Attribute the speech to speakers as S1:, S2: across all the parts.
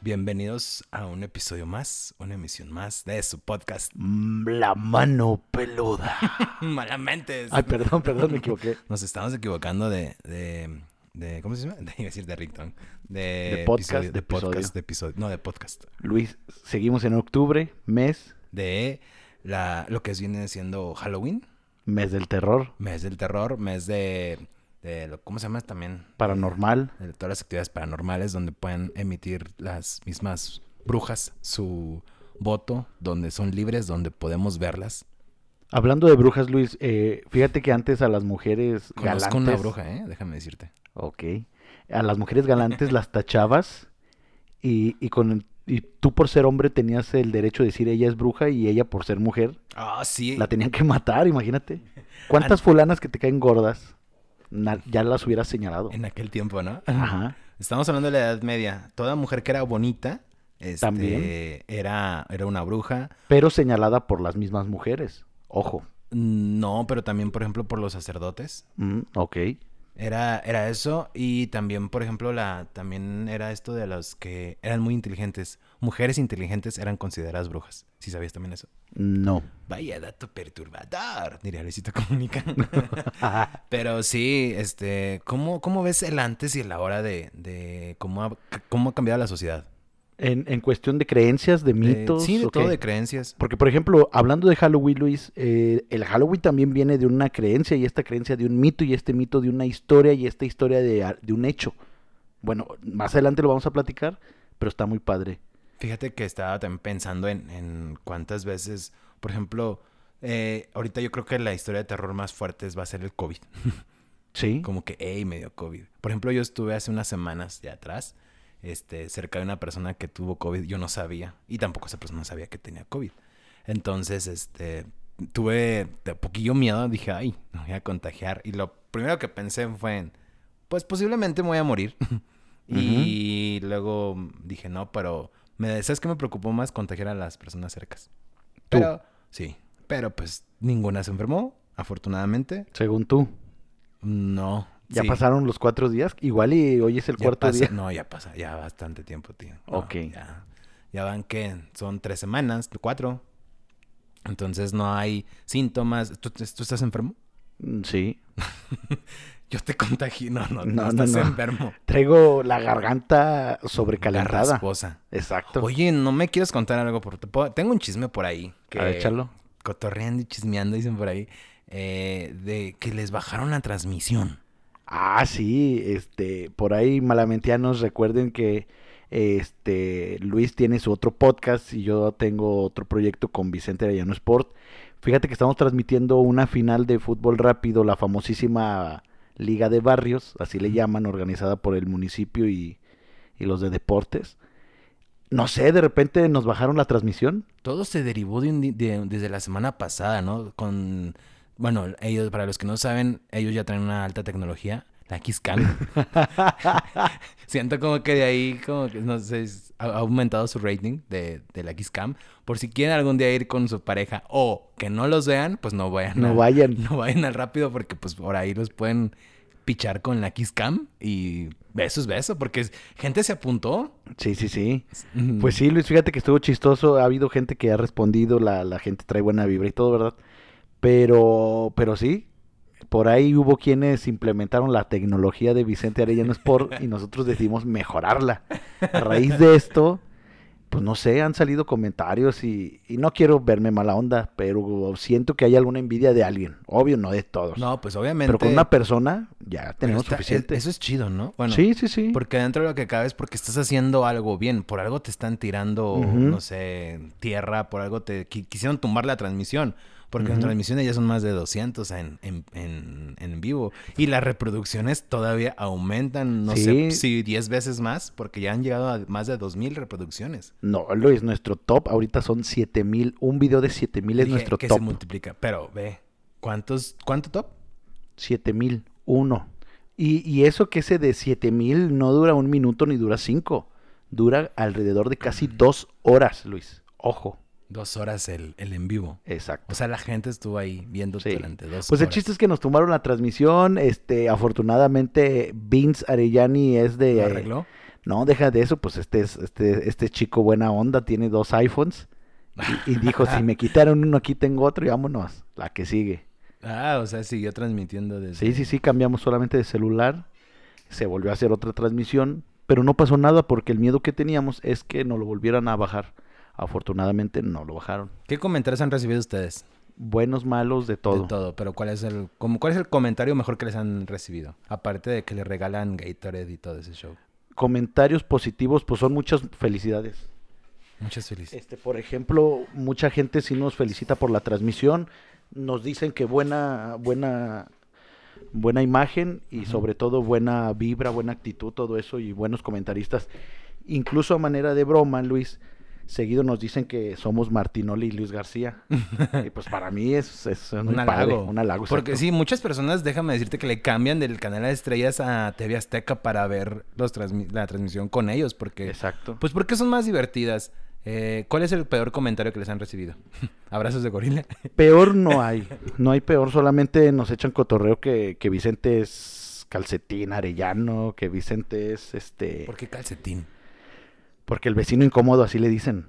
S1: Bienvenidos a un episodio más, una emisión más de su podcast
S2: Mm, La mano peluda.
S1: Malamente.
S2: Ay, perdón, perdón, me equivoqué.
S1: Nos estamos equivocando de, de, de- ¿cómo se llama? De, iba a decir de Rington. De,
S2: De podcast,
S1: episodio- de
S2: de episodio.
S1: podcast, de episodio. No, de podcast.
S2: Luis, seguimos en octubre, mes,
S1: De la, lo que viene siendo Halloween,
S2: mes del terror,
S1: mes del terror, mes de, de lo- ¿cómo se llama también?
S2: paranormal.
S1: de todas las actividades paranormales donde pueden emitir las mismas brujas su voto, donde son libres, donde podemos verlas.
S2: Hablando de brujas, Luis, eh, fíjate que antes a las mujeres galantes.
S1: Conozco una bruja, ¿eh? Déjame decirte.
S2: Ok. A las mujeres galantes las tachabas y, y con y tú por ser hombre tenías el derecho de decir ella es bruja y ella por ser mujer
S1: Ah, sí.
S2: la tenían que matar, imagínate. ¿Cuántas fulanas que te caen gordas na- ya las hubieras señalado?
S1: En aquel tiempo, ¿no?
S2: Ajá.
S1: Estamos hablando de la Edad Media. Toda mujer que era bonita este,
S2: También.
S1: Era, era una bruja.
S2: Pero señalada por las mismas mujeres. Ojo.
S1: No, pero también, por ejemplo, por los sacerdotes.
S2: Mm, ok.
S1: Era, era eso. Y también, por ejemplo, la, también era esto de los que eran muy inteligentes. Mujeres inteligentes eran consideradas brujas. ¿Sí sabías también eso?
S2: No.
S1: Vaya dato perturbador, diría Luisito Comunica. Pero sí, este, ¿cómo, ¿cómo ves el antes y el ahora de, de cómo, ha, cómo ha cambiado la sociedad?
S2: en, en cuestión de creencias, de
S1: De-
S2: mitos.
S1: Eh, sí, de
S2: ¿o
S1: todo,
S2: qué?
S1: de creencias.
S2: Porque, por ejemplo, hablando de Halloween, Luis, eh, el Halloween también viene de una creencia y esta creencia de un mito y este mito de una historia y esta historia de, a- de un hecho. Bueno, más adelante lo vamos a platicar, pero está muy padre.
S1: Fíjate que estaba también pensando en, en cuántas veces, por ejemplo, eh, ahorita yo creo que la historia de terror más fuerte va a ser el COVID.
S2: Sí.
S1: Como que, hey, me dio COVID. Por ejemplo, yo estuve hace unas semanas de atrás, este, cerca de una persona que tuvo COVID, yo no sabía, y tampoco esa persona sabía que tenía COVID. Entonces, este, tuve de poquillo miedo, dije, ay, me voy a contagiar. Y lo primero que pensé fue en, pues posiblemente me voy a morir. Y luego luego dije, no, pero, me, ¿sabes qué me preocupó más? Contagiar a las personas cercas.
S2: Tú.
S1: Pero, sí, pero pues ninguna se enfermó, afortunadamente.
S2: Según tú.
S1: No.
S2: Ya
S1: sí.
S2: pasaron los cuatro días, igual y hoy es el
S1: Ya
S2: cuarto
S1: pasa-
S2: día.
S1: No, ya pasa, ya bastante tiempo, tío. No,
S2: Ok.
S1: Ya, ya van que son tres semanas, cuatro. Entonces no hay síntomas. ¿Tú, tú estás enfermo?
S2: Mm, Sí.
S1: Yo te contagié. No, no, no,
S2: No, no,
S1: estás
S2: no.
S1: enfermo.
S2: Traigo la garganta
S1: La
S2: sobrecalentada.
S1: rasposa.
S2: Exacto.
S1: Oye, ¿no me quieres contar algo? Por... te puedo- Tengo un chisme por ahí. Que
S2: A ver, échalo.
S1: Cotorreando y chismeando, dicen por ahí. eh, de que les bajaron la transmisión.
S2: Ah, sí, este, por ahí malamentianos recuerden que este Luis tiene su otro podcast y yo tengo otro proyecto con Vicente Arellano Sport. Fíjate que estamos transmitiendo una final de fútbol rápido, la famosísima Liga de Barrios, así le llaman, organizada por el municipio y, y los de deportes. No sé, de repente nos bajaron la transmisión.
S1: Todo se derivó de un di- de- desde la semana pasada, ¿no? Con, bueno, ellos, para los que no saben, ellos ya traen una alta tecnología, la Xcam. Siento como que de ahí, como que, no sé, es- ha ha aumentado su rating de, de la Xcam. Por si quieren algún día ir con su pareja o que no los vean, pues no vayan.
S2: No
S1: al-
S2: vayan.
S1: No vayan al rápido porque pues por ahí los pueden pichar con la Xcam y besos, besos, porque es- gente se apuntó.
S2: Sí, sí, sí. Pues sí, Luis, fíjate que estuvo chistoso. Ha habido gente que ha respondido, la, la gente trae buena vibra y todo, ¿verdad? Pero, pero sí, por ahí hubo quienes implementaron la tecnología de Vicente Arellano Sport y nosotros decidimos mejorarla. A raíz de esto, pues no sé, han salido comentarios y, y no quiero verme mala onda, pero siento que hay alguna envidia de alguien. Obvio, no de todos.
S1: No, pues obviamente.
S2: pero con una persona ya
S1: Pero
S2: tenemos
S1: está- es-
S2: suficiente.
S1: Eso es chido, ¿no? Bueno,
S2: sí, sí, sí.
S1: porque dentro de lo que cabe es porque estás haciendo algo bien. Por algo te están tirando,
S2: Ujú.
S1: no sé, tierra, por algo te qui- quisieron tumbar la transmisión. Porque las
S2: Ujú.
S1: transmisiones ya son más de 200 en, en, en- en vivo. Y las reproducciones todavía aumentan, no sé
S2: Sí.
S1: si 10 veces más, porque ya han llegado a más de 2.000 reproducciones.
S2: No, Luis, nuestro top ahorita son 7000. Un video de 7000 es
S1: Dije
S2: nuestro
S1: que se
S2: top.
S1: multiplica. Pero ve, ¿cuántos, ¿cuánto top?
S2: 7000, uno. Y, y eso que ese de 7000 no dura un minuto ni dura cinco. Dura alrededor de casi dos horas, Luis. Ojo.
S1: Dos horas el, el en vivo.
S2: Exacto.
S1: O sea, la gente estuvo ahí viendo
S2: Sí.
S1: durante dos
S2: Pues el
S1: horas.
S2: chiste es que nos tumbaron la transmisión. Este, afortunadamente, Vince Arellani es de.
S1: ¿Lo
S2: eh,
S1: arregló?
S2: No, deja de eso, pues este, es- este, este chico buena onda tiene dos iPhones y, y dijo, si me quitaron uno, aquí tengo otro y vámonos, la que sigue.
S1: Ah, o sea, siguió transmitiendo desde...
S2: Sí, sí, sí, cambiamos solamente de celular, se volvió a hacer otra transmisión, pero no pasó nada porque el miedo que teníamos es que no lo volvieran a bajar. Afortunadamente no lo bajaron.
S1: ¿Qué comentarios han recibido ustedes?
S2: Buenos, malos, de todo.
S1: De todo, pero ¿cuál es el como, cuál es el comentario mejor que les han recibido? Aparte de que le regalan Gatorade y todo ese show.
S2: Comentarios positivos, pues son muchas felicidades.
S1: Muchas felicidades.
S2: Este, por ejemplo, mucha gente sí nos felicita por la transmisión, nos dicen que buena, buena, buena imagen y sobre todo buena vibra, buena actitud, todo eso y buenos comentaristas. Incluso a manera de broma, Luis, seguido nos dicen que somos Martinoli y Luis García. y pues para mí es, es muy
S1: un
S2: padre,
S1: halago.
S2: un halago.
S1: Porque
S2: exacto.
S1: sí, muchas personas, déjame decirte, que le cambian del canal de estrellas a TV Azteca para ver los transmi- la transmisión con ellos. Porque,
S2: Exacto.
S1: pues porque son más divertidas. Eh, ¿Cuál es el peor comentario que les han recibido? ¿Abrazos de gorila?
S2: Peor no hay. No hay peor, solamente nos echan cotorreo que, que Vicente es calcetín arellano, que Vicente es este...
S1: ¿Por qué calcetín?
S2: Porque el vecino incómodo, así le dicen.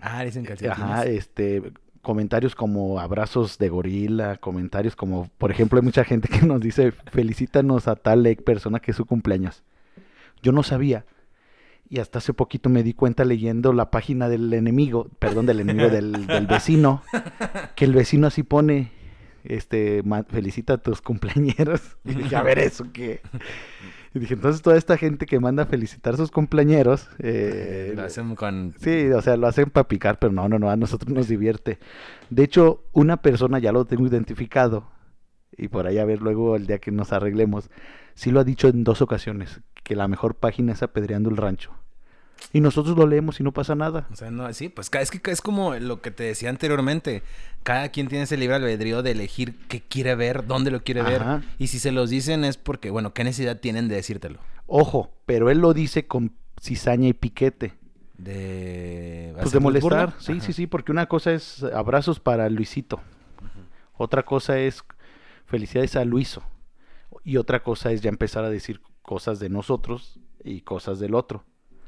S1: Ah, dicen calcetines.
S2: Ajá, este, comentarios como abrazos de gorila, comentarios como, por ejemplo, hay mucha gente que nos dice, felicítanos a tal eh, persona que es su cumpleaños. Yo no sabía. Y hasta hace poquito me di cuenta leyendo la página del enemigo, perdón, del enemigo del, del vecino, que el vecino así pone, este, ma- felicita a tus cumpleañeros. Y dije, a ver, ¿eso qué? Y dije, entonces toda esta gente que manda a felicitar a sus cumpleañeros, eh,
S1: Lo hacen con...
S2: Sí, o sea, lo hacen para picar, pero no, no, no, a nosotros nos divierte. De hecho, una persona ya lo tengo identificado, y por ahí a ver luego el día que nos arreglemos, sí lo ha dicho en dos ocasiones, que la mejor página es Apedreando el Rancho. Y nosotros lo leemos y no pasa nada.
S1: O sea, no, sí, pues ca- es que ca- es como lo que te decía anteriormente. Cada quien tiene ese libre albedrío de elegir qué quiere ver, dónde lo quiere
S2: Ajá.
S1: ver. Y si se los dicen es porque, bueno, ¿qué necesidad tienen de decírtelo?
S2: Ojo, pero él lo dice con cizaña y piquete.
S1: De...
S2: Pues de
S1: hacerles
S2: molestar,
S1: burla.
S2: sí,
S1: Ajá.
S2: sí, sí, porque una cosa es abrazos para Luisito, otra cosa es felicidades a Luiso, y otra cosa es ya empezar a decir cosas de nosotros y cosas del otro,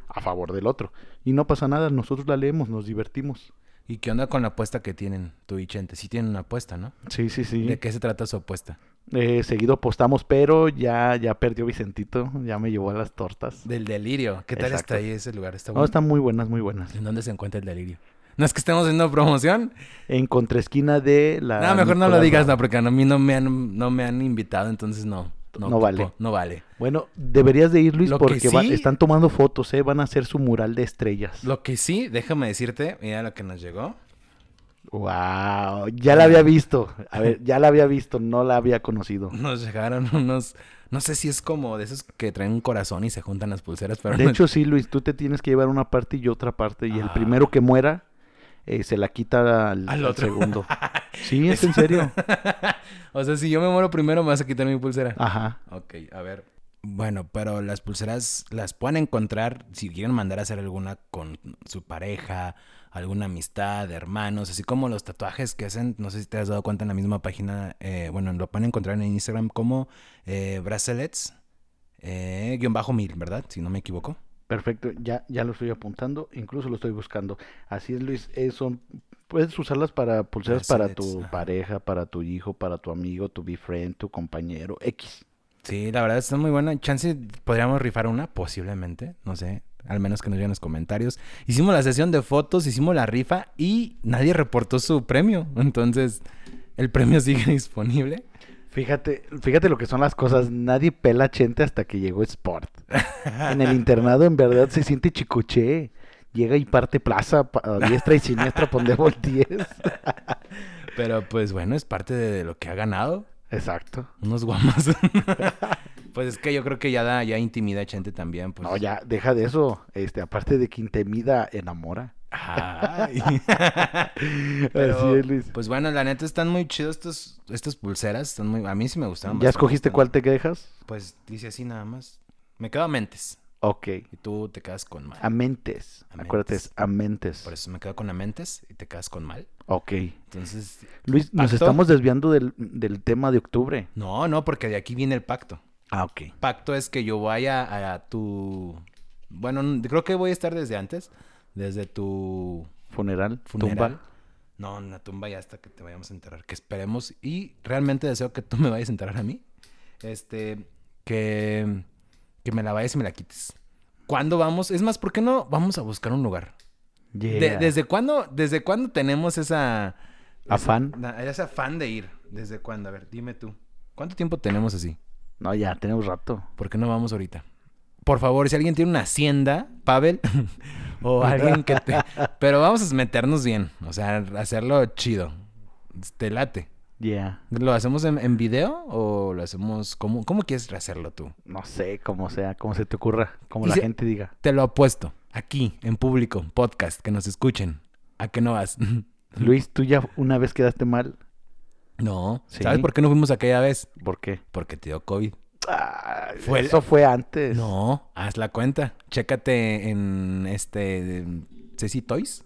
S2: a favor del otro. Y no pasa nada, nosotros la leemos, nos divertimos.
S1: ¿Y qué onda con la apuesta que tienen tú y Chente? Sí tienen una apuesta, ¿no?
S2: Sí, sí, sí.
S1: ¿De qué se trata su apuesta?
S2: Eh, seguido apostamos, pero ya, ya perdió Vicentito, ya me llevó a las tortas.
S1: Del delirio. ¿Qué tal
S2: Exacto.
S1: está ahí ese lugar? ¿Está
S2: No,
S1: bueno?
S2: están muy buenas, muy buenas.
S1: ¿En dónde se encuentra el delirio? No es que estemos haciendo promoción.
S2: En contraesquina de Ah, la...
S1: no, mejor no lo
S2: Nicolás
S1: digas, no,
S2: Bravo.
S1: porque a mí no me han, no me han invitado, entonces no.
S2: No
S1: ocupo,
S2: vale.
S1: No vale.
S2: Bueno, deberías de ir, Luis,
S1: Lo que
S2: porque va-
S1: sí-
S2: están tomando fotos, ¿eh? Van a hacer su mural de estrellas.
S1: Lo que sí, déjame decirte, mira lo que nos llegó.
S2: ¡Wow! Ya la había visto. A ver, ya la había visto, no la había conocido.
S1: Nos llegaron unos, no sé si es como de esos que traen un corazón y se juntan las pulseras, pero
S2: De
S1: no-
S2: hecho, sí, Luis, tú te tienes que llevar una parte y yo otra parte. Y el
S1: Ah.
S2: primero que muera eh, se la quita
S1: Al
S2: al, al
S1: otro.
S2: segundo. Sí, es en serio.
S1: o sea, si yo me muero primero me vas a quitar mi pulsera.
S2: Ajá.
S1: Ok, a ver. Bueno, pero las pulseras las pueden encontrar si quieren mandar a hacer alguna con su pareja, alguna amistad, hermanos, así como los tatuajes que hacen, no sé si te has dado cuenta en la misma página, eh, bueno, lo pueden encontrar en Instagram como eh, bracelets, eh, guión bajo mil, ¿verdad? Si no me equivoco.
S2: Perfecto, ya, ya lo estoy apuntando, incluso lo estoy buscando. Así es, Luis, eh, son, puedes usarlas para pulseras para
S1: Bracelets,
S2: tu
S1: ajá.
S2: pareja, para tu hijo, para tu amigo, tu befriend, tu compañero, X.
S1: Sí, la verdad está muy buena. Chance podríamos rifar una, posiblemente, no sé, al menos que nos lleguen los comentarios. Hicimos la sesión de fotos, hicimos la rifa y nadie reportó su premio. Entonces, el premio sigue disponible.
S2: Fíjate, fíjate lo que son las cosas. Nadie pela a Chente hasta que llegó Sport. En el internado, en verdad, se siente chicoche. Llega y parte plaza pa- a diestra y siniestra, donde voltees.
S1: Pero pues bueno, es parte de lo que ha ganado.
S2: Exacto.
S1: Unos guamas. pues es que yo creo que ya da, ya intimida a Chente también. Pues.
S2: No, ya, deja de eso. Este, aparte de que intimida, enamora.
S1: Ay.
S2: Así
S1: Pero,
S2: es, Luis.
S1: Pues bueno, la neta están muy chidos estos, estas pulseras. Están muy, a mí sí me gustaron.
S2: ¿Ya
S1: bastante,
S2: escogiste
S1: están-
S2: cuál te dejas?
S1: Pues dice así nada más. Me quedo a mentes.
S2: Ok.
S1: Y tú te quedas con mal.
S2: Amentes. Acuérdate, es amentes.
S1: Por eso me quedo con a mentes y te quedas con mal.
S2: Ok.
S1: Entonces,
S2: Luis, nos
S1: ¿Pacto?
S2: estamos desviando del, del tema de octubre.
S1: no, no, porque de aquí viene el pacto.
S2: Ah, ok.
S1: Pacto es que yo vaya a tu Bueno, n- creo que voy a estar desde antes, desde tu
S2: Funeral,
S1: funeral.
S2: tumba.
S1: No, en la tumba ya hasta que te vayamos a enterrar, que esperemos y realmente deseo que tú me vayas a enterrar a mí. Este, que que me la vayas y me la quites. ¿Cuándo vamos? Es más, ¿por qué no vamos a buscar un lugar? De-
S2: Yeah.
S1: ¿Desde cuándo desde cuándo tenemos esa
S2: Afán.
S1: esa- na- ese afán de ir? ¿Desde cuándo? A ver, dime tú. ¿Cuánto tiempo tenemos así?
S2: No, ya tenemos rato.
S1: ¿Por qué no vamos ahorita? Por favor, si alguien tiene una hacienda, Pavel, o alguien que te... Pero vamos a meternos bien, o sea, hacerlo chido. Te late.
S2: Ya.
S1: ¿Lo hacemos en, en video o lo hacemos... ¿Cómo, cómo quieres hacerlo tú?
S2: No sé, como sea, como se te ocurra, como
S1: Y
S2: la
S1: se-
S2: gente diga.
S1: Te lo apuesto, aquí, en público, podcast, que nos escuchen. ¿A qué no vas?
S2: Luis, tú ya una vez quedaste mal.
S1: no.
S2: Sí.
S1: ¿Sabes por qué no fuimos aquella vez?
S2: ¿Por qué?
S1: Porque te dio COVID.
S2: Ah,
S1: Fue-
S2: Eso fue antes.
S1: No, haz la cuenta. Chécate en este... en Ceci Toys.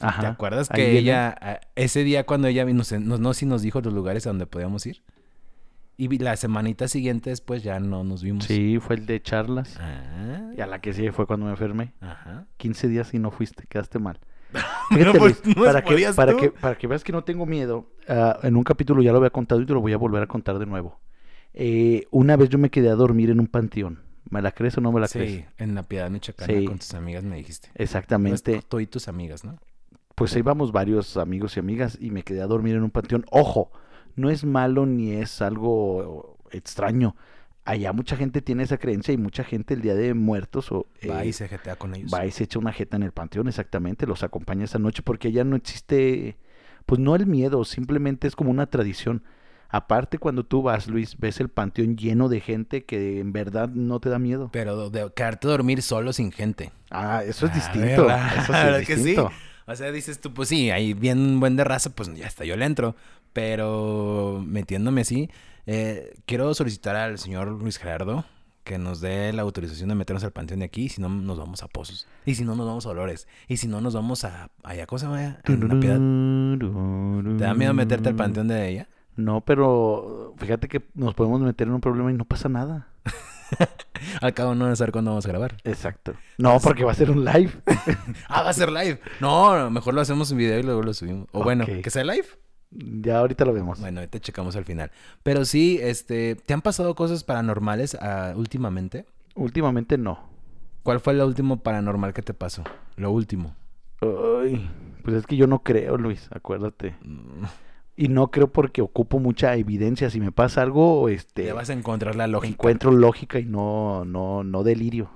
S2: Ajá.
S1: ¿Te acuerdas
S2: Ahí
S1: que
S2: viene.
S1: ella, a- ese día cuando ella vino, se- nos, no, sí nos dijo los lugares a donde podíamos ir? Y vi- la semanita siguiente después ya no nos vimos.
S2: Sí, fue el de charlas.
S1: Ah,
S2: Y a la que sí fue cuando me enfermé.
S1: ajá.
S2: 15 días y no fuiste, quedaste mal.
S1: No,
S2: Fíjate,
S1: pues,
S2: Luis,
S1: no
S2: para, que,
S1: podías
S2: para,
S1: tú.
S2: que, para que veas que no tengo miedo, ah, en un capítulo ya lo había contado y te lo voy a volver a contar de nuevo. Eh, una vez yo me quedé a dormir en un panteón. ¿Me la crees o no me la crees?
S1: Sí, en la Piedad Michoacana
S2: Sí.
S1: con tus amigas me dijiste.
S2: Exactamente.
S1: Pues, Tú y tus amigas, ¿no?
S2: pues ahí vamos varios amigos y amigas y me quedé a dormir en un panteón. Ojo, no es malo ni es algo extraño. Allá mucha gente tiene esa creencia y mucha gente el día de muertos o eh,
S1: Va y se jetea con ellos.
S2: va y se echa una jeta en el panteón, exactamente, los acompaña esa noche porque allá no existe, pues no el miedo, simplemente es como una tradición. Aparte cuando tú vas, Luis, ves el panteón lleno de gente que en verdad no te da miedo.
S1: Pero de quedarte a dormir solo sin gente.
S2: Ah, eso es
S1: Ah,
S2: distinto.
S1: ¿verdad?
S2: Eso sí
S1: ¿Verdad
S2: es
S1: que sí?
S2: distinto.
S1: O sea, dices tú, pues sí, ahí bien un buen de raza, pues ya está, yo le entro. Pero metiéndome así, eh, quiero solicitar al señor Luis Gerardo que nos dé la autorización de meternos al panteón de aquí, si no nos vamos a Pozos, y si no nos vamos a Olores, y si no nos vamos a allá, ¿cómo se llama? A la Piedad. ¿Te da miedo meterte al panteón de ella?
S2: No, pero fíjate que nos podemos meter en un problema y no pasa nada.
S1: Al cabo no van a saber cuándo vamos a grabar.
S2: Exacto. No, porque va a ser un live.
S1: Ah, va a ser live. No, mejor lo hacemos en video y luego lo subimos. O bueno,
S2: Ok.
S1: que sea live.
S2: Ya ahorita lo vemos.
S1: Bueno, ahorita checamos al final. Pero sí, este, ¿te han pasado cosas paranormales ah, últimamente?
S2: Últimamente no.
S1: ¿Cuál fue lo último paranormal que te pasó? Lo último.
S2: Ay, pues es que yo no creo, Luis, acuérdate.
S1: Mm,
S2: Y no creo porque ocupo mucha evidencia. Si me pasa algo, este,
S1: Ya vas a encontrar la lógica.
S2: encuentro lógica y no, no, no delirio.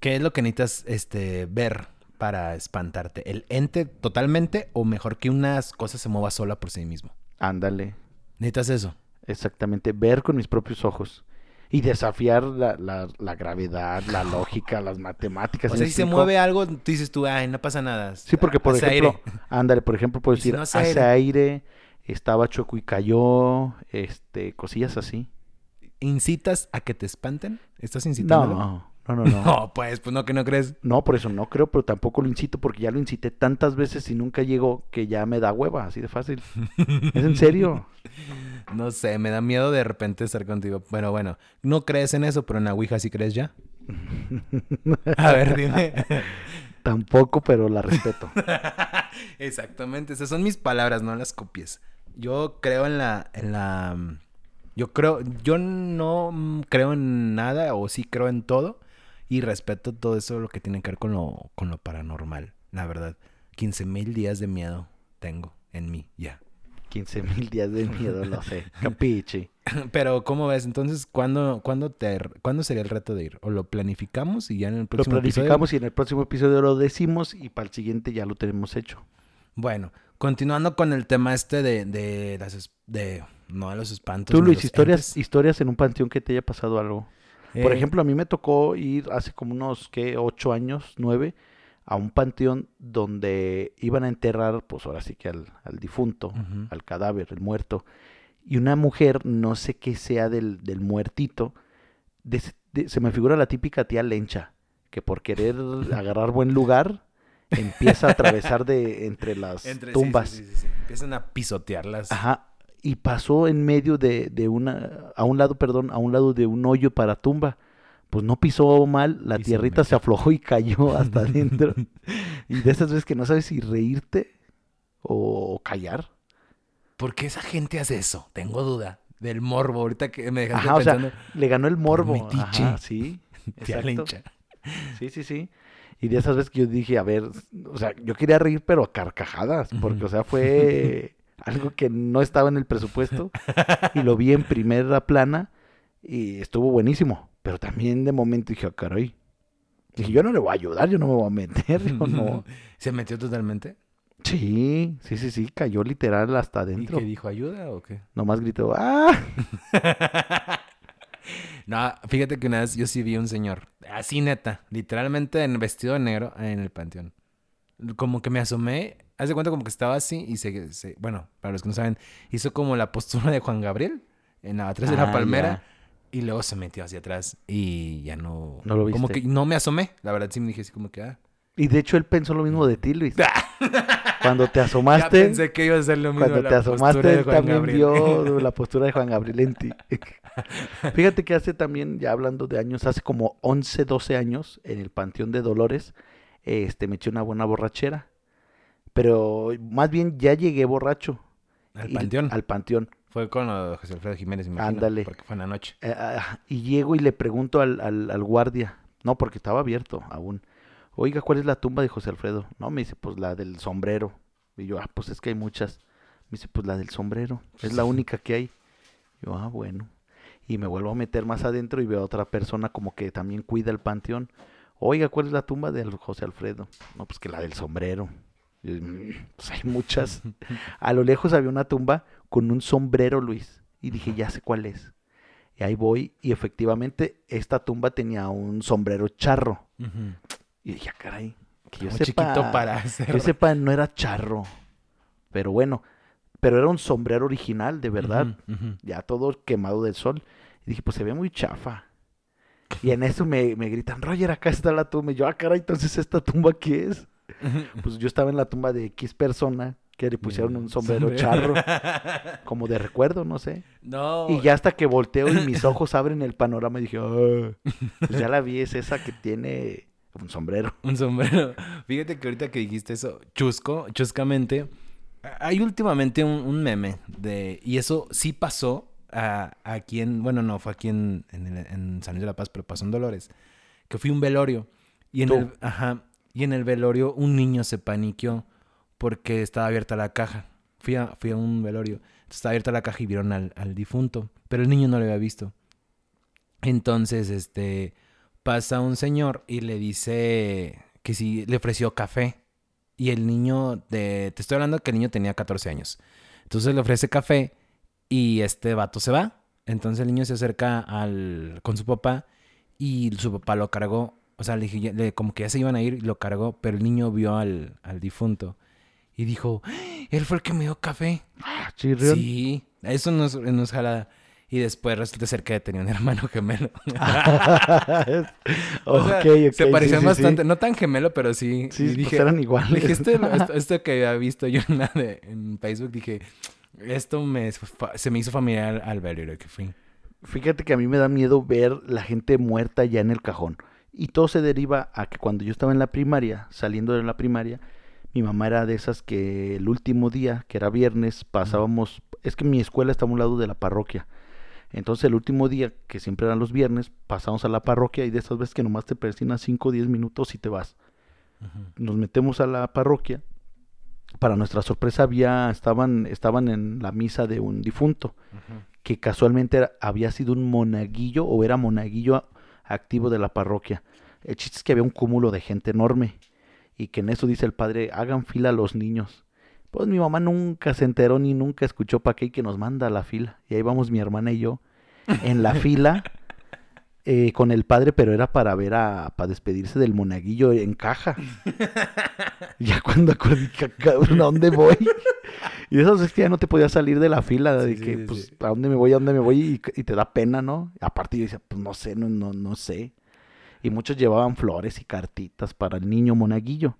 S1: ¿Qué es lo que necesitas este, ver para espantarte? ¿El ente totalmente o mejor que una cosa se mueva sola por sí mismo?
S2: Ándale.
S1: Necesitas eso.
S2: Exactamente, ver con mis propios ojos y desafiar la, la- la gravedad, la lógica, las matemáticas.
S1: O
S2: ¿sí
S1: sea,
S2: me
S1: si se
S2: explico?
S1: mueve algo, tú dices tú, ay, no pasa nada.
S2: Sí, porque por
S1: Hace
S2: ejemplo,
S1: aire.
S2: ándale, por ejemplo, puedo
S1: Y si
S2: decir,
S1: no hace
S2: hace, aire. estaba chueco y cayó, este, cosillas así.
S1: ¿Incitas a que te espanten? ¿Estás
S2: No,
S1: incitando?
S2: no, no, no. no.
S1: No, pues, pues no, que no crees.
S2: No, por eso no creo, pero tampoco lo incito porque ya lo incité tantas veces y nunca llegó que ya me da hueva, así de fácil. Es en serio.
S1: No sé, me da miedo de repente estar contigo. Bueno, bueno, no crees en eso, pero en la Ouija sí crees ya. A ver, dime.
S2: Tampoco, pero la respeto.
S1: Exactamente, esas son mis palabras, no las copies. Yo creo en la, en la, mm, yo creo, yo no mm, creo en nada o sí creo en todo y respeto todo eso lo que tiene que ver con lo, con lo paranormal, la verdad. 15 mil días de miedo tengo en mí, ya.
S2: 15 mil días de miedo, lo sé. Capiche.
S1: Pero, ¿cómo ves? Entonces, ¿cuándo, cuándo, te, ¿cuándo sería el reto de ir? ¿O lo planificamos y ya en el
S2: Lo
S1: próximo episodio?
S2: planificamos y en el próximo episodio lo decimos y para el siguiente ya lo tenemos hecho.
S1: Bueno, continuando con el tema este de, de las... es- de no de los espantos.
S2: Tú,
S1: ni
S2: Luis,
S1: los
S2: historias,
S1: entes.
S2: historias en un panteón que te haya pasado algo. Por
S1: Eh,
S2: ejemplo, a mí me tocó ir hace como unos, ¿qué? Ocho años, nueve, a un panteón donde iban a enterrar, pues ahora sí que al, al difunto,
S1: Ujú.
S2: al cadáver, el muerto. Y una mujer, no sé qué sea del, del muertito, de- de- se me figura la típica tía lencha, que por querer agarrar buen lugar, empieza a atravesar de entre las
S1: Entre- sí,
S2: tumbas.
S1: sí, sí, sí, sí. Empiezan a pisotearlas.
S2: Ajá. Y pasó en medio de, de una, a un lado, perdón, a un lado de un hoyo para tumba. pues no pisó mal, la
S1: Y se
S2: tierrita se,
S1: metió.
S2: aflojó y cayó hasta adentro. y de esas veces que no sabes si reírte o callar.
S1: ¿Por qué esa gente hace eso? Tengo duda. Del morbo, ahorita que me dejaste
S2: Ajá, o sea,
S1: pensando.
S2: Le ganó el morbo.
S1: metiche.
S2: Ajá, sí.
S1: tía
S2: exacto.
S1: Lencha.
S2: Sí, sí, sí. Y de esas veces que yo dije, a ver, o sea, yo quería reír, pero a carcajadas, porque, o sea, fue algo que no estaba en el presupuesto y lo vi en primera plana y estuvo buenísimo. Pero también de momento dije, ah, caray. Dije, yo no le voy a ayudar, yo no me voy a meter, yo no.
S1: ¿Se metió totalmente?
S2: Sí, sí, sí, sí, cayó literal hasta adentro.
S1: ¿Y qué dijo? ¿Ayuda o qué?
S2: Nomás gritó, ¡ah!
S1: No, fíjate que una vez yo sí vi un señor, así neta, literalmente en vestido de negro en el panteón. Como que me asomé, haz de cuenta como que estaba así y se, se- bueno, para los que no saben, hizo como la postura de Juan Gabriel en la atrás de
S2: Ah,
S1: la palmera y luego se metió hacia atrás y ya no
S2: No lo
S1: Como
S2: viste.
S1: que no me asomé, la verdad sí me dije así como que ah.
S2: Y de hecho él pensó lo mismo de ti, Luis. Cuando te
S1: Ya
S2: asomaste.
S1: pensé que iba a ser lo mismo
S2: Cuando
S1: la
S2: te
S1: postura
S2: asomaste,
S1: de
S2: él
S1: Juan
S2: también
S1: Gabriel.
S2: vio la postura de Juan Gabriel en ti. Fíjate que hace también, ya hablando de años, hace como 11, 12 años, en el Panteón de Dolores, este, me eché una buena borrachera. Pero más bien ya llegué borracho.
S1: al
S2: Y-
S1: panteón.
S2: Al panteón.
S1: Fue con lo de José Alfredo Jiménez, me imagino,
S2: Ándale.
S1: porque fue en la noche.
S2: Eh, ah, y llego y le pregunto al, al- al guardia, no, porque estaba abierto aún. Oiga, ¿cuál es la tumba de José Alfredo? No, me dice, pues la del sombrero. Y yo, ah, pues es que hay muchas. Me dice, pues la del sombrero, es la única que hay. Yo, ah, bueno. Y me vuelvo a meter más adentro y veo a otra persona como que también cuida el panteón. Oiga, ¿cuál es la tumba de José Alfredo? No, pues que la del sombrero. Yo, "Mm, pues hay muchas. A lo lejos había una tumba con un sombrero, Luis. Y dije, ya sé cuál es. Y ahí voy, y efectivamente esta tumba tenía un sombrero charro.
S1: Ujú.
S2: Y dije, "Ah, caray, que yo
S1: Muy
S2: sepa,
S1: chiquito para hacer.
S2: que yo sepa, no era charro. Pero bueno, pero era un sombrero original, de verdad.
S1: Ujú, ujú.
S2: Ya todo quemado del sol. Y dije, pues se ve muy chafa. Y en eso me, me gritan, Roger, acá está la tumba. Y yo, ah, caray, entonces esta tumba qué es. Pues yo estaba en la tumba de X persona que le pusieron un sombrero, charro, como de recuerdo, no sé.
S1: No.
S2: Y ya hasta que volteo y mis ojos abren el panorama y dije, "Ah". pues ya la vi, es esa que tiene un sombrero.
S1: Un sombrero. Fíjate que ahorita que dijiste eso, chusco, chuscamente, hay últimamente un, un meme de... Y eso sí pasó a, aquí en... Bueno, no, fue aquí en, en, el- en San Luis de la Paz, pero pasó en Dolores. Que fui a un velorio. Y en,
S2: Tú.
S1: el, ajá, y en el velorio un niño se paniqueó porque estaba abierta la caja. Fui a, fui a un velorio. Entonces, estaba abierta la caja y vieron al, al difunto. Pero el niño no lo había visto. Entonces, este... Pasa un señor y le dice que si le ofreció café. Y el niño, de, te estoy hablando que el niño tenía 14 años. Entonces le ofrece café y este vato se va. Entonces el niño se acerca al, con su papá y su papá lo cargó. O sea, le, dije- ya- le- como que ya se iban a ir, lo cargó, pero el niño vio al, al difunto y dijo, "¡Ah! él fue el que me dio café.
S2: Ah, chirrión.
S1: Sí, eso nos, nos jala. Y después resulta ser que tenía un hermano gemelo. O sea,
S2: Ok, ok,
S1: se
S2: sí,
S1: parecían
S2: sí, sí.
S1: bastante, no tan gemelo, pero sí.
S2: Sí,
S1: Y
S2: pues
S1: dije,
S2: eran iguales.
S1: dije, esto, esto- esto que había visto yo en, la de- en Facebook, dije, esto me, fa- se me hizo familiar al velorio que fui.
S2: Fíjate que a mí me da miedo ver la gente muerta ya en el cajón. Y todo se deriva a que cuando yo estaba en la primaria, saliendo de la primaria, mi mamá era de esas que el último día, que era viernes, pasábamos, es que mi escuela está a un lado de la parroquia. Entonces el último día, que siempre eran los viernes, pasamos a la parroquia y de esas veces que nomás te persinas 5 o 10 minutos y te vas. Nos metemos a la parroquia. Para nuestra sorpresa había, estaban, estaban en la misa de un difunto que casualmente era- había sido un monaguillo o era monaguillo a- activo de la parroquia. El chiste es que había un cúmulo de gente enorme y que en eso dice el padre, hagan fila a los niños. Pues mi mamá nunca se enteró ni nunca escuchó pa' qué y que nos manda a la fila. Y ahí vamos mi hermana y yo en la fila eh, con el padre, pero era para ver a, para despedirse del monaguillo en caja. ya cuando acordé, que, cabrón, ¿a dónde voy? Y de esas veces que ya no te podías salir de la fila, de
S1: Sí, sí,
S2: que,
S1: sí,
S2: pues,
S1: sí.
S2: ¿a dónde me voy? ¿A dónde me voy? Y, y te da pena, ¿no? Aparte yo decía, pues, no sé, no, no, no sé. Y muchos llevaban flores y cartitas para el niño monaguillo.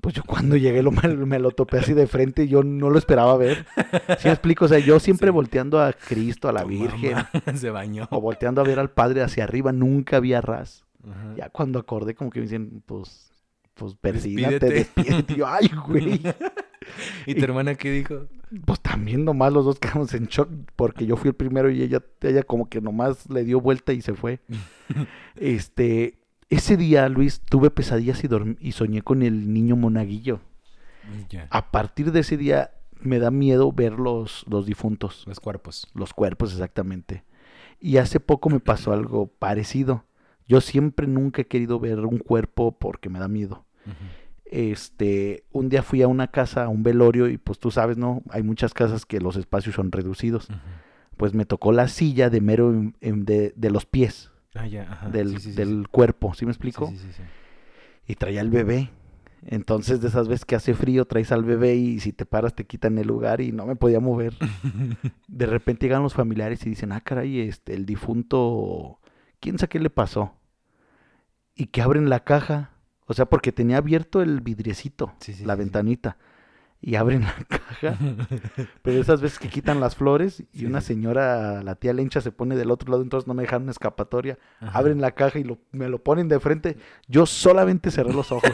S2: Pues yo cuando llegué lo, me, me lo topé así de frente y yo no lo esperaba ver. ¿Sí me explico? O sea, yo siempre
S1: Sí.
S2: volteando a Cristo, a la
S1: Tu
S2: Virgen, Oh,
S1: mamá se bañó.
S2: o volteando a ver al Padre hacia arriba, nunca vi a Raz.
S1: Ajá.
S2: Ya cuando acordé, como que me dicen, pues, pues persínate,
S1: Despídete.
S2: despídete. Y yo, ay, güey.
S1: ¿Y tu hermana qué dijo?
S2: Pues también nomás los dos quedamos en shock porque yo fui el primero y ella, ella como que nomás le dio vuelta y se fue. Este, ese día, Luis, tuve pesadillas y, dorm- y soñé con el niño monaguillo.
S1: Ya.
S2: A partir de ese día me da miedo ver los, los difuntos,
S1: Los cuerpos.
S2: los cuerpos exactamente. Y hace poco me pasó algo parecido. Yo siempre nunca he querido ver un cuerpo porque me da miedo
S1: Ujú.
S2: este, un día fui a una casa, a un velorio, y pues tú sabes, ¿no? Hay muchas casas que los espacios son reducidos.
S1: Ujú.
S2: Pues me tocó la silla de mero en- en- de, de los pies,
S1: Ah, ya, ajá.
S2: del,
S1: Sí, sí, sí,
S2: del
S1: sí.
S2: cuerpo, ¿sí me
S1: Sí,
S2: explico?
S1: sí, sí, sí.
S2: Y traía el bebé. Entonces, de esas veces que hace frío, traes al bebé y si te paras te quitan el lugar y no me podía mover. De repente llegan los familiares y dicen, ah, caray, este, el difunto, quién sabe qué le pasó. Y que abren la caja, o sea, porque tenía abierto el vidriecito,
S1: Sí, sí,
S2: la
S1: sí, sí.
S2: ventanita. Y abren la caja, pero esas veces que quitan las flores y
S1: Sí,
S2: una
S1: sí.
S2: señora, la tía Lencha, se pone del otro lado, entonces no me dejaron escapatoria.
S1: Ajá.
S2: Abren la caja y lo- me lo ponen de frente. Yo solamente cerré los ojos.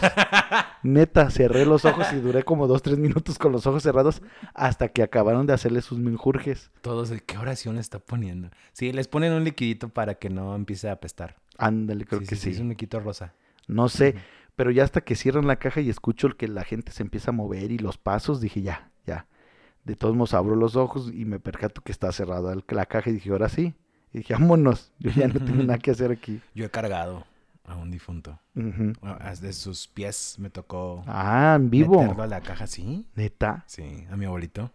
S2: Neta, cerré los ojos y duré como dos, tres minutos con los ojos cerrados hasta que acabaron de hacerle sus menjurjes.
S1: Todos, de, ¿qué oración está poniendo? Sí, les ponen un liquidito para que no empiece a apestar.
S2: Ándale, creo que sí.
S1: Es un liquidito rosa.
S2: No sé,
S1: Ujú.
S2: pero ya hasta que cierran la caja y escucho el que la gente se empieza a mover y los pasos, dije ya, ya. De todos modos abro los ojos y me percato que está cerrada el- la caja y dije, ahora sí. Y dije, vámonos, yo ya no tengo nada que hacer aquí.
S1: Yo he cargado a un difunto.
S2: Ujú.
S1: Ah, De sus pies me tocó
S2: Ah, en vivo.
S1: meterlo a la caja, ¿sí?
S2: Neta.
S1: Sí, a mi abuelito.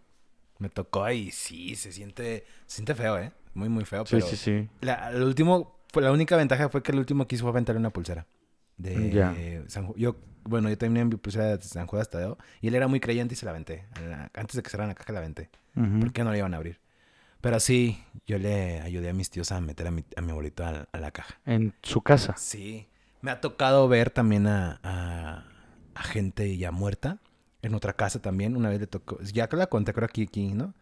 S1: Me tocó y sí, se siente, se siente feo, ¿eh? Muy, muy feo.
S2: Sí,
S1: pero
S2: sí, sí.
S1: La, el último, fue- la única ventaja fue que el último que hizo fue aventarle una pulsera. De
S2: Ya.
S1: San Ju- Yo, bueno, yo tenía mi pulsera de San Judas Tadeo y él era muy creyente y se la aventé. A la- Antes de que cerraran la caja la aventé.
S2: Ujú.
S1: Porque no la iban a abrir. Pero sí, yo le ayudé a mis tíos a meter a mi, a mi abuelito a la- a la caja.
S2: En su casa.
S1: Sí, me ha tocado ver también a, a- a gente ya muerta. En otra casa también, una vez le tocó. Ya que la conté, creo aquí, aquí, ¿no?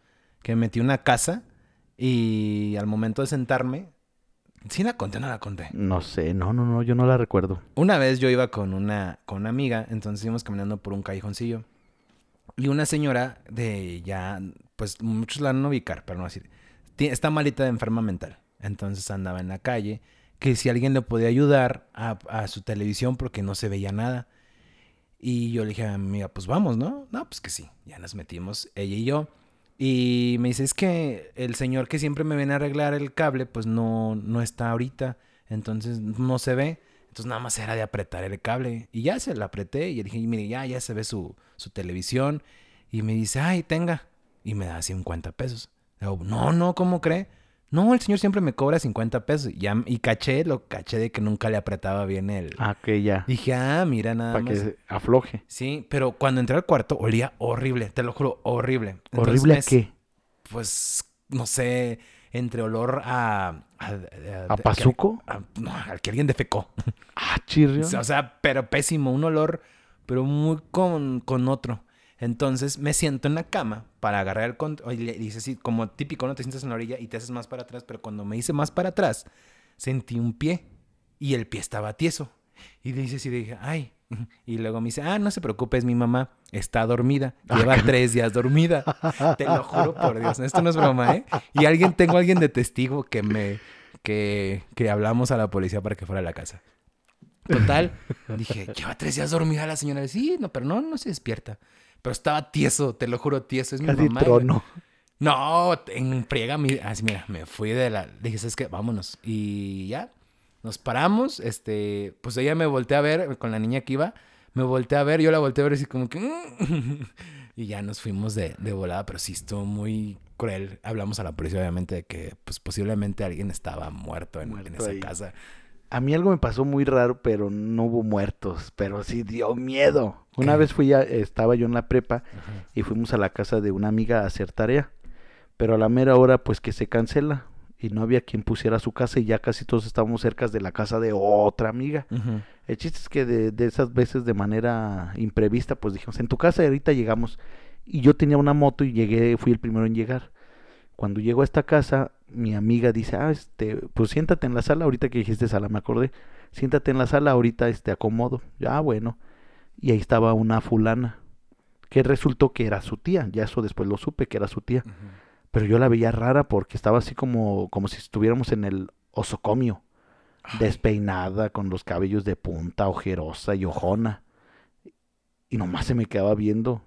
S1: Que me metí a una casa y al momento de sentarme. Sí, la conté, o no la conté.
S2: No sé, no, no, no, yo no la recuerdo.
S1: Una vez yo iba con una, con una amiga, entonces íbamos caminando por un callejoncillo. Y una señora de ya, pues muchos la van a ubicar, pero no decir. ti- Está malita de enferma mental. Entonces andaba en la calle, que si alguien le podía ayudar a, a su televisión porque no se veía nada. Y yo le dije a mi amiga, pues vamos, ¿no? No, pues que sí. Ya nos metimos, ella y yo. Y me dice, es que el señor que siempre me viene a arreglar el cable, pues no, no está ahorita. Entonces no se ve. Entonces nada más era de apretar el cable. Y ya se la apreté y le dije, mire, ya, ya se ve su, su televisión. Y me dice, ay, tenga. Y me da 50 pesos. Le digo, no, no, ¿cómo cree? No, el señor siempre me cobra 50 pesos. Y, ya, y caché, lo caché de que nunca le apretaba bien el...
S2: Ah, que ya.
S1: Dije, ah, mira nada
S2: Para
S1: más.
S2: que se afloje.
S1: Sí, pero cuando entré al cuarto olía horrible, te lo juro, horrible. Entonces,
S2: ¿Horrible a
S1: es-
S2: qué?
S1: Pues, no sé, entre olor a... ¿A, a-
S2: ¿A
S1: que-
S2: Pazuco?
S1: a- no, al que alguien defecó.
S2: Ah, chirrio.
S1: O sea, pero pésimo, un olor, pero muy con, con otro. Entonces me siento en la cama para agarrar el control. Y le- dice así, como típico, ¿no? Te sientas en la orilla y te haces más para atrás. Pero cuando me hice más para atrás, sentí un pie y el pie estaba tieso. Y le dice así, dije, ay. Y luego me dice, ah, no se preocupe, es mi mamá. Está dormida.
S2: Ah,
S1: Lleva tres días dormida. Te lo juro por Dios. Esto no es broma, ¿eh? Y alguien, tengo a alguien de testigo que me... Que, que hablamos a la policía para que fuera a la casa. Total, dije, lleva tres días dormida la señora. Sí, no, pero no, no se despierta. Pero estaba tieso, te lo juro, tieso. Es mi
S2: Casi
S1: mamá. güey.
S2: trono.
S1: No, te- en friega, mi- así, mira, me fui de la. Dije, ¿sabes qué? Vámonos. Y ya, nos paramos. Este, pues ella me volteé a ver con la niña que iba. Me volteé a ver, yo la volteé a ver así como que. "Mm". Y ya nos fuimos de, de volada, pero sí estuvo muy cruel. Hablamos a la policía, obviamente, de que pues posiblemente alguien estaba muerto en, en
S2: Muerto
S1: esa
S2: ahí.
S1: casa.
S2: A mí algo me pasó muy raro, pero no hubo muertos, pero sí dio miedo. Una
S1: ¿Qué?
S2: vez fui a, estaba yo en la prepa
S1: Ajá.
S2: y fuimos a la casa de una amiga a hacer tarea, pero a la mera hora pues que se cancela. y no había quien pusiera su casa y ya casi todos estábamos cerca de la casa de otra amiga.
S1: Ujú.
S2: El chiste es que de, de esas veces de manera imprevista, pues dijimos, en tu casa y ahorita llegamos. Y yo tenía una moto y llegué, fui el primero en llegar. Cuando llego a esta casa, mi amiga dice, ah, este, pues siéntate en la sala, ahorita que dijiste sala, me acordé. Siéntate en la sala, ahorita este, acomodo. Ya, bueno. Y ahí estaba una fulana, que resultó que era su tía, ya eso después lo supe, que era su tía.
S1: Ujú.
S2: Pero yo la veía rara porque estaba así como, como si estuviéramos en el osocomio despeinada, con los cabellos de punta, ojerosa y ojona. Y nomás se me quedaba viendo.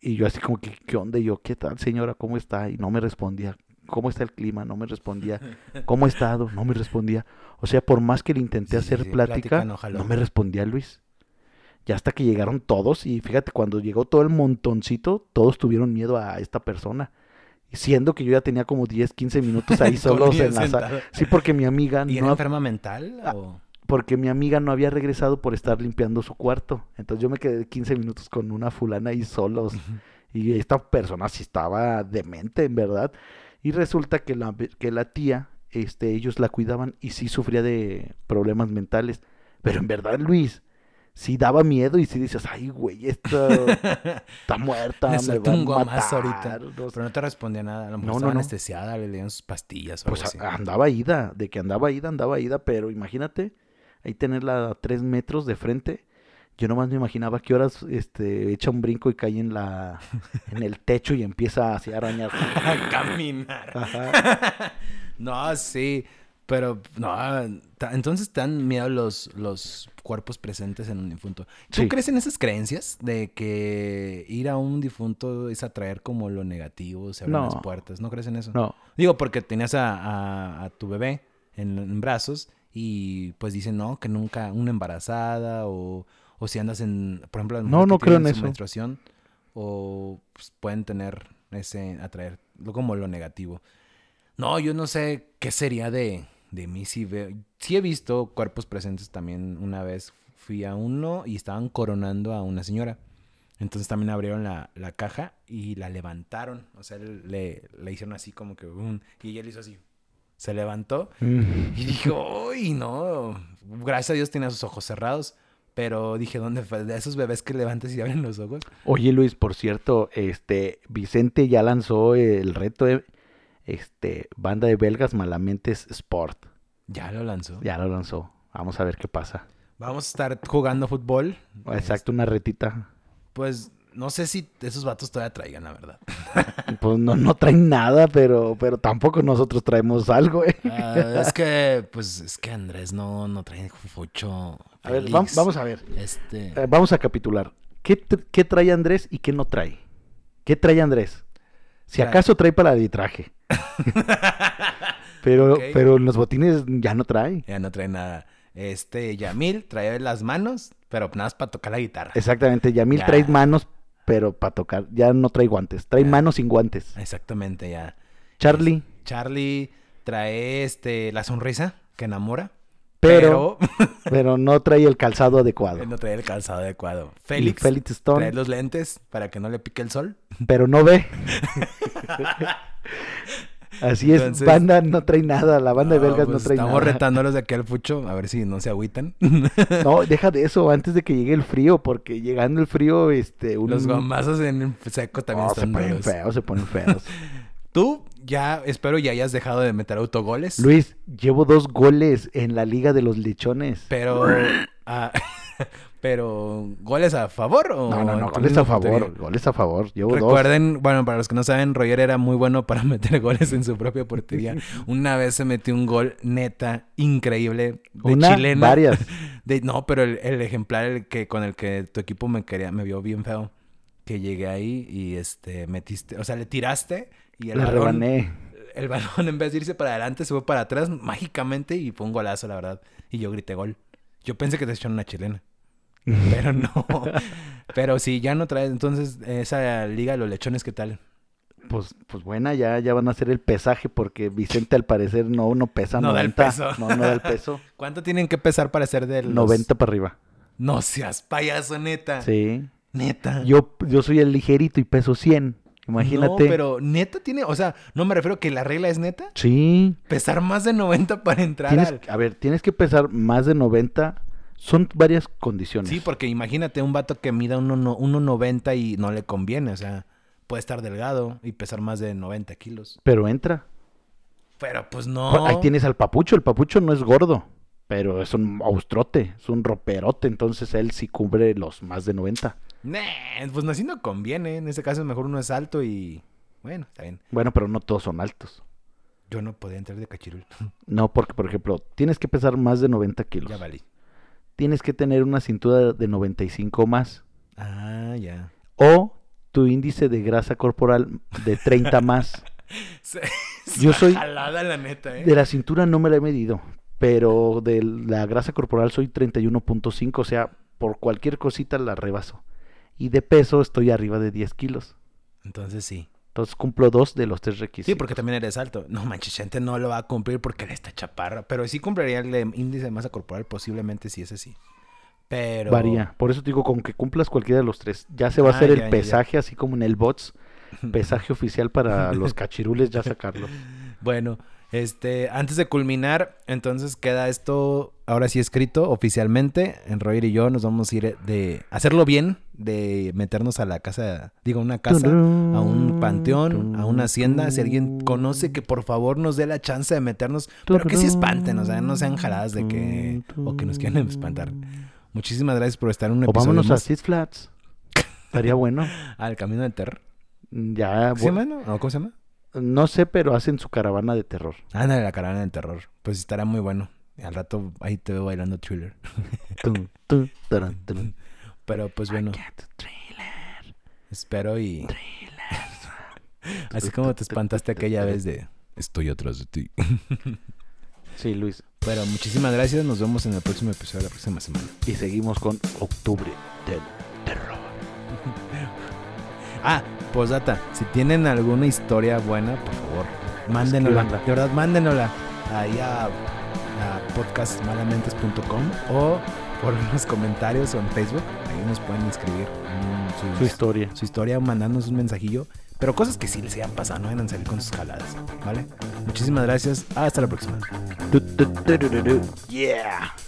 S2: Y- Y yo así como que, ¿qué onda? Y yo, ¿qué tal, señora? ¿Cómo está? Y no me respondía. ¿Cómo está el clima? No me respondía. ¿Cómo ha estado? No me respondía. O sea, por más que le intenté
S1: Sí,
S2: hacer
S1: sí,
S2: plática,
S1: plática no jaló.
S2: no me respondía Luis. Ya hasta que llegaron todos y fíjate, cuando llegó todo el montoncito, todos tuvieron miedo a esta persona. Siendo que yo ya tenía como 10, 15 minutos ahí
S1: Con
S2: solos
S1: ella
S2: en la sala.
S1: sentado.
S2: Sí, porque mi amiga
S1: ¿Y
S2: no Ah,
S1: era enferma mental o...?
S2: porque mi amiga no había regresado por estar limpiando su cuarto. Entonces yo me quedé 15 minutos con una fulana ahí solos. Y esta persona sí estaba demente, en verdad. Y resulta que la, que la tía, este, ellos la cuidaban y sí sufría de problemas mentales. Pero en verdad, Luis, sí daba miedo y sí dices, ay, güey, esta está muerta,
S1: Le
S2: me
S1: suelto
S2: va a
S1: un
S2: matar.
S1: guamazo ahorita.
S2: no sé.
S1: Pero no te respondía nada. A lo mejor
S2: Pues, No, no,
S1: estaba
S2: no.
S1: anestesiada, le dieron sus pastillas o
S2: Pues
S1: algo así.
S2: a- andaba ida, de que andaba ida, andaba ida, pero imagínate, ahí tenerla a tres metros de frente, yo nomás me imaginaba que horas este, echa un brinco y cae en la, en el techo y empieza así a arañar.
S1: A caminar.
S2: ah. Ajá.
S1: no, sí. Pero, no, ta- entonces te dan miedo los, los cuerpos presentes en un difunto. ¿Tú
S2: Sí.
S1: crees en esas creencias de que ir a un difunto es atraer como lo negativo, se abren las
S2: No.
S1: puertas? ¿No crees en eso?
S2: No,
S1: Digo, porque tenías a, a- a tu bebé en, en brazos y pues dicen, no, que nunca una embarazada o, o si andas en, por ejemplo, las
S2: No,
S1: mujeres
S2: no
S1: que
S2: creo
S1: tienen
S2: en
S1: su
S2: eso.
S1: menstruación o pues, pueden tener ese, atraer lo- como lo negativo. No, yo no sé qué sería de, de mí si veo, sí he visto cuerpos presentes también una vez fui a uno y estaban coronando a una señora. Entonces también abrieron la, la caja y la levantaron. O sea, le, le hicieron así como que... un- y ella le hizo así. Se levantó
S2: Mm.
S1: y dijo, uy, no. Gracias a Dios tenía sus ojos cerrados. Pero dije, ¿dónde fue? De esos bebés que levantas y abren los ojos.
S2: Oye Luis, por cierto, este, Vicente ya lanzó el reto de este, banda de belgas Malamentes Sport.
S1: Ya lo lanzó.
S2: Ya lo lanzó. Vamos a ver qué pasa.
S1: Vamos a estar jugando fútbol.
S2: Exacto, una retita.
S1: Pues no sé si esos vatos todavía traigan, la verdad.
S2: Pues no, no traen nada, pero, pero tampoco nosotros traemos algo, ¿eh?
S1: Ah, es que, pues, es que Andrés no, no trae fucho.
S2: A ver, vam-
S1: Félix,
S2: vamos a ver.
S1: Este...
S2: Eh, vamos a capitular. ¿Qué, tr- qué trae Andrés y qué no trae? ¿Qué trae Andrés? Si
S1: Trae-
S2: acaso trae para arbitraje. pero,
S1: Ok.
S2: pero los botines ya no trae.
S1: Ya no trae nada. Este, Yamil trae las manos, pero nada más para tocar la guitarra.
S2: Exactamente, Yamil
S1: Ya.
S2: trae manos, pero para tocar. Ya no trae guantes. Trae
S1: Ya.
S2: manos sin guantes.
S1: Exactamente, ya.
S2: Charlie,
S1: Charlie trae este, la sonrisa que enamora,
S2: pero,
S1: pero,
S2: pero no trae el calzado adecuado.
S1: él no trae el calzado adecuado.
S2: Y
S1: Félix,
S2: Félix Stone.
S1: trae los lentes para que no le pique el sol.
S2: pero no ve. Así es,
S1: Entonces-
S2: banda no trae nada, la banda de
S1: Ah,
S2: belgas
S1: pues,
S2: no trae
S1: estamos
S2: nada.
S1: retándolos de aquí al fucho, a ver si no se agüitan.
S2: No, deja de eso, antes de que llegue el frío, porque llegando el frío, este, unos
S1: Los gomazos en seco también
S2: se
S1: están
S2: ponen
S1: duros.
S2: feos, se ponen feos.
S1: Tú ya, espero ya hayas dejado de meter autogoles.
S2: Luis, llevo dos goles en la Liga de los Lechones.
S1: Pero. ah, pero. ¿Goles a favor o.?
S2: No, no,
S1: en
S2: no,
S1: tu
S2: goles
S1: misma
S2: a favor,
S1: portería?
S2: goles a favor, llevo dos.
S1: Recuerden, bueno, para los que no saben, Roger era muy bueno para meter goles en su propia portería. Una vez se metió un gol neta, increíble, de
S2: Una,
S1: chilena.
S2: varias.
S1: De, no, pero el, el ejemplar el que, con el que tu equipo me quería, me vio bien feo. Que llegué ahí y este metiste, o sea, le tiraste y el
S2: La
S1: balón-
S2: rebané.
S1: el balón en vez de irse para adelante se fue para atrás mágicamente y fue un golazo, la verdad. Y yo grité gol. Yo pensé que te echaron una chilena. Pero no. Pero sí, ya no traes. Entonces, esa liga de los lechones, ¿qué tal?
S2: Pues, pues buena, ya, ya van a hacer el pesaje porque Vicente al parecer no, no pesa
S1: No da el
S2: 90.
S1: peso.
S2: No, no da el peso.
S1: ¿Cuánto tienen que pesar para ser del
S2: 90 para arriba.
S1: No seas payaso, neta.
S2: Sí.
S1: Neta.
S2: Yo, yo soy el ligerito y peso 100. Imagínate.
S1: No, pero neta tiene, o sea, no me refiero que la regla es neta.
S2: Sí.
S1: Pesar más de 90 para entrar.
S2: Tienes-
S1: al-
S2: a ver, tienes que pesar más de 90. Son varias condiciones.
S1: Sí, porque imagínate un vato que mida 1.90 1.90 y no le conviene, o sea, puede estar delgado y pesar más de 90 kilos.
S2: Pero entra.
S1: Pero pues no.
S2: Ahí tienes al papucho. El papucho no es gordo, pero es un austrote, es un roperote. Entonces él sí cubre los más de 90.
S1: Nah, pues así no conviene. En ese caso, mejor uno es alto y. Bueno, está bien.
S2: Bueno, pero no todos son altos.
S1: Yo no podía entrar de cachirul.
S2: No, porque, por ejemplo, tienes que pesar más de 90 kilos.
S1: ya valí.
S2: Tienes que tener una cintura de 95 o más.
S1: Ah, ya.
S2: O tu índice de grasa corporal de 30 más. Yo
S1: Esa
S2: soy-
S1: Jalada, la neta, ¿eh?
S2: De la cintura no me la he medido, pero de la grasa corporal soy 31.5, o sea, por cualquier cosita la rebaso. Y de peso estoy arriba de 10 kilos.
S1: Entonces sí.
S2: Entonces cumplo dos de los tres
S1: Sí,
S2: requisitos.
S1: porque también eres alto. No manches, gente no lo va a cumplir porque eres esta chaparra. Pero sí cumpliría el de índice de masa corporal, posiblemente sí, ese sí. Pero.
S2: Varía. Por eso te digo, con que cumplas cualquiera de los tres, ya se va a hacer
S1: Ah,
S2: el
S1: ya, ya, ya.
S2: pesaje, así como en el bots, pesaje oficial para los cachirules, ya sacarlo.
S1: Bueno, este, antes de culminar, entonces queda esto ahora sí escrito oficialmente. En Roger y yo nos vamos a ir eh, de hacerlo bien, de meternos a la casa, digo, una casa, a un panteón, a una hacienda. Si alguien conoce, que por favor nos dé la chance de meternos, pero que sí espanten, o sea, no sean jaladas de que, o que nos quieran espantar. Muchísimas gracias por estar en un
S2: O
S1: episodio
S2: vámonos a
S1: más
S2: Six Flats. Estaría bueno. Mm,
S1: al Camino del Terror.
S2: Ya,
S1: ¿Sí,
S2: bueno,
S1: mano? ¿No? ¿Cómo se llama?
S2: no sé, pero hacen su caravana de terror.
S1: Ándale, la caravana del terror. Pues estará muy bueno. Al rato ahí te veo bailando thriller.
S2: Tun, tun, taran, tun.
S1: Pero pues bueno, espero y. Así como te espantaste aquella vez de. Estoy atrás de ti.
S2: Sí, Luis.
S1: Pero muchísimas gracias. Nos vemos en el próximo episodio de la próxima semana.
S2: Y seguimos con octubre del terror.
S1: Ah, postdata. Si tienen alguna historia buena, por favor, mándenosla.
S2: Escríbanla.
S1: De verdad, mándenosla ahí a, a podcastmalamentes.com o por los comentarios o en Facebook. Ahí nos pueden escribir mm,
S2: Su
S1: sus,
S2: historia.
S1: su historia, mandarnos un mensajillo. Pero cosas que sí les hayan pasado, no vayan a salir con sus jaladas, ¿vale? Muchísimas gracias, hasta la próxima.
S2: Tu, tu, tu, tu, tu, tu. Yeah.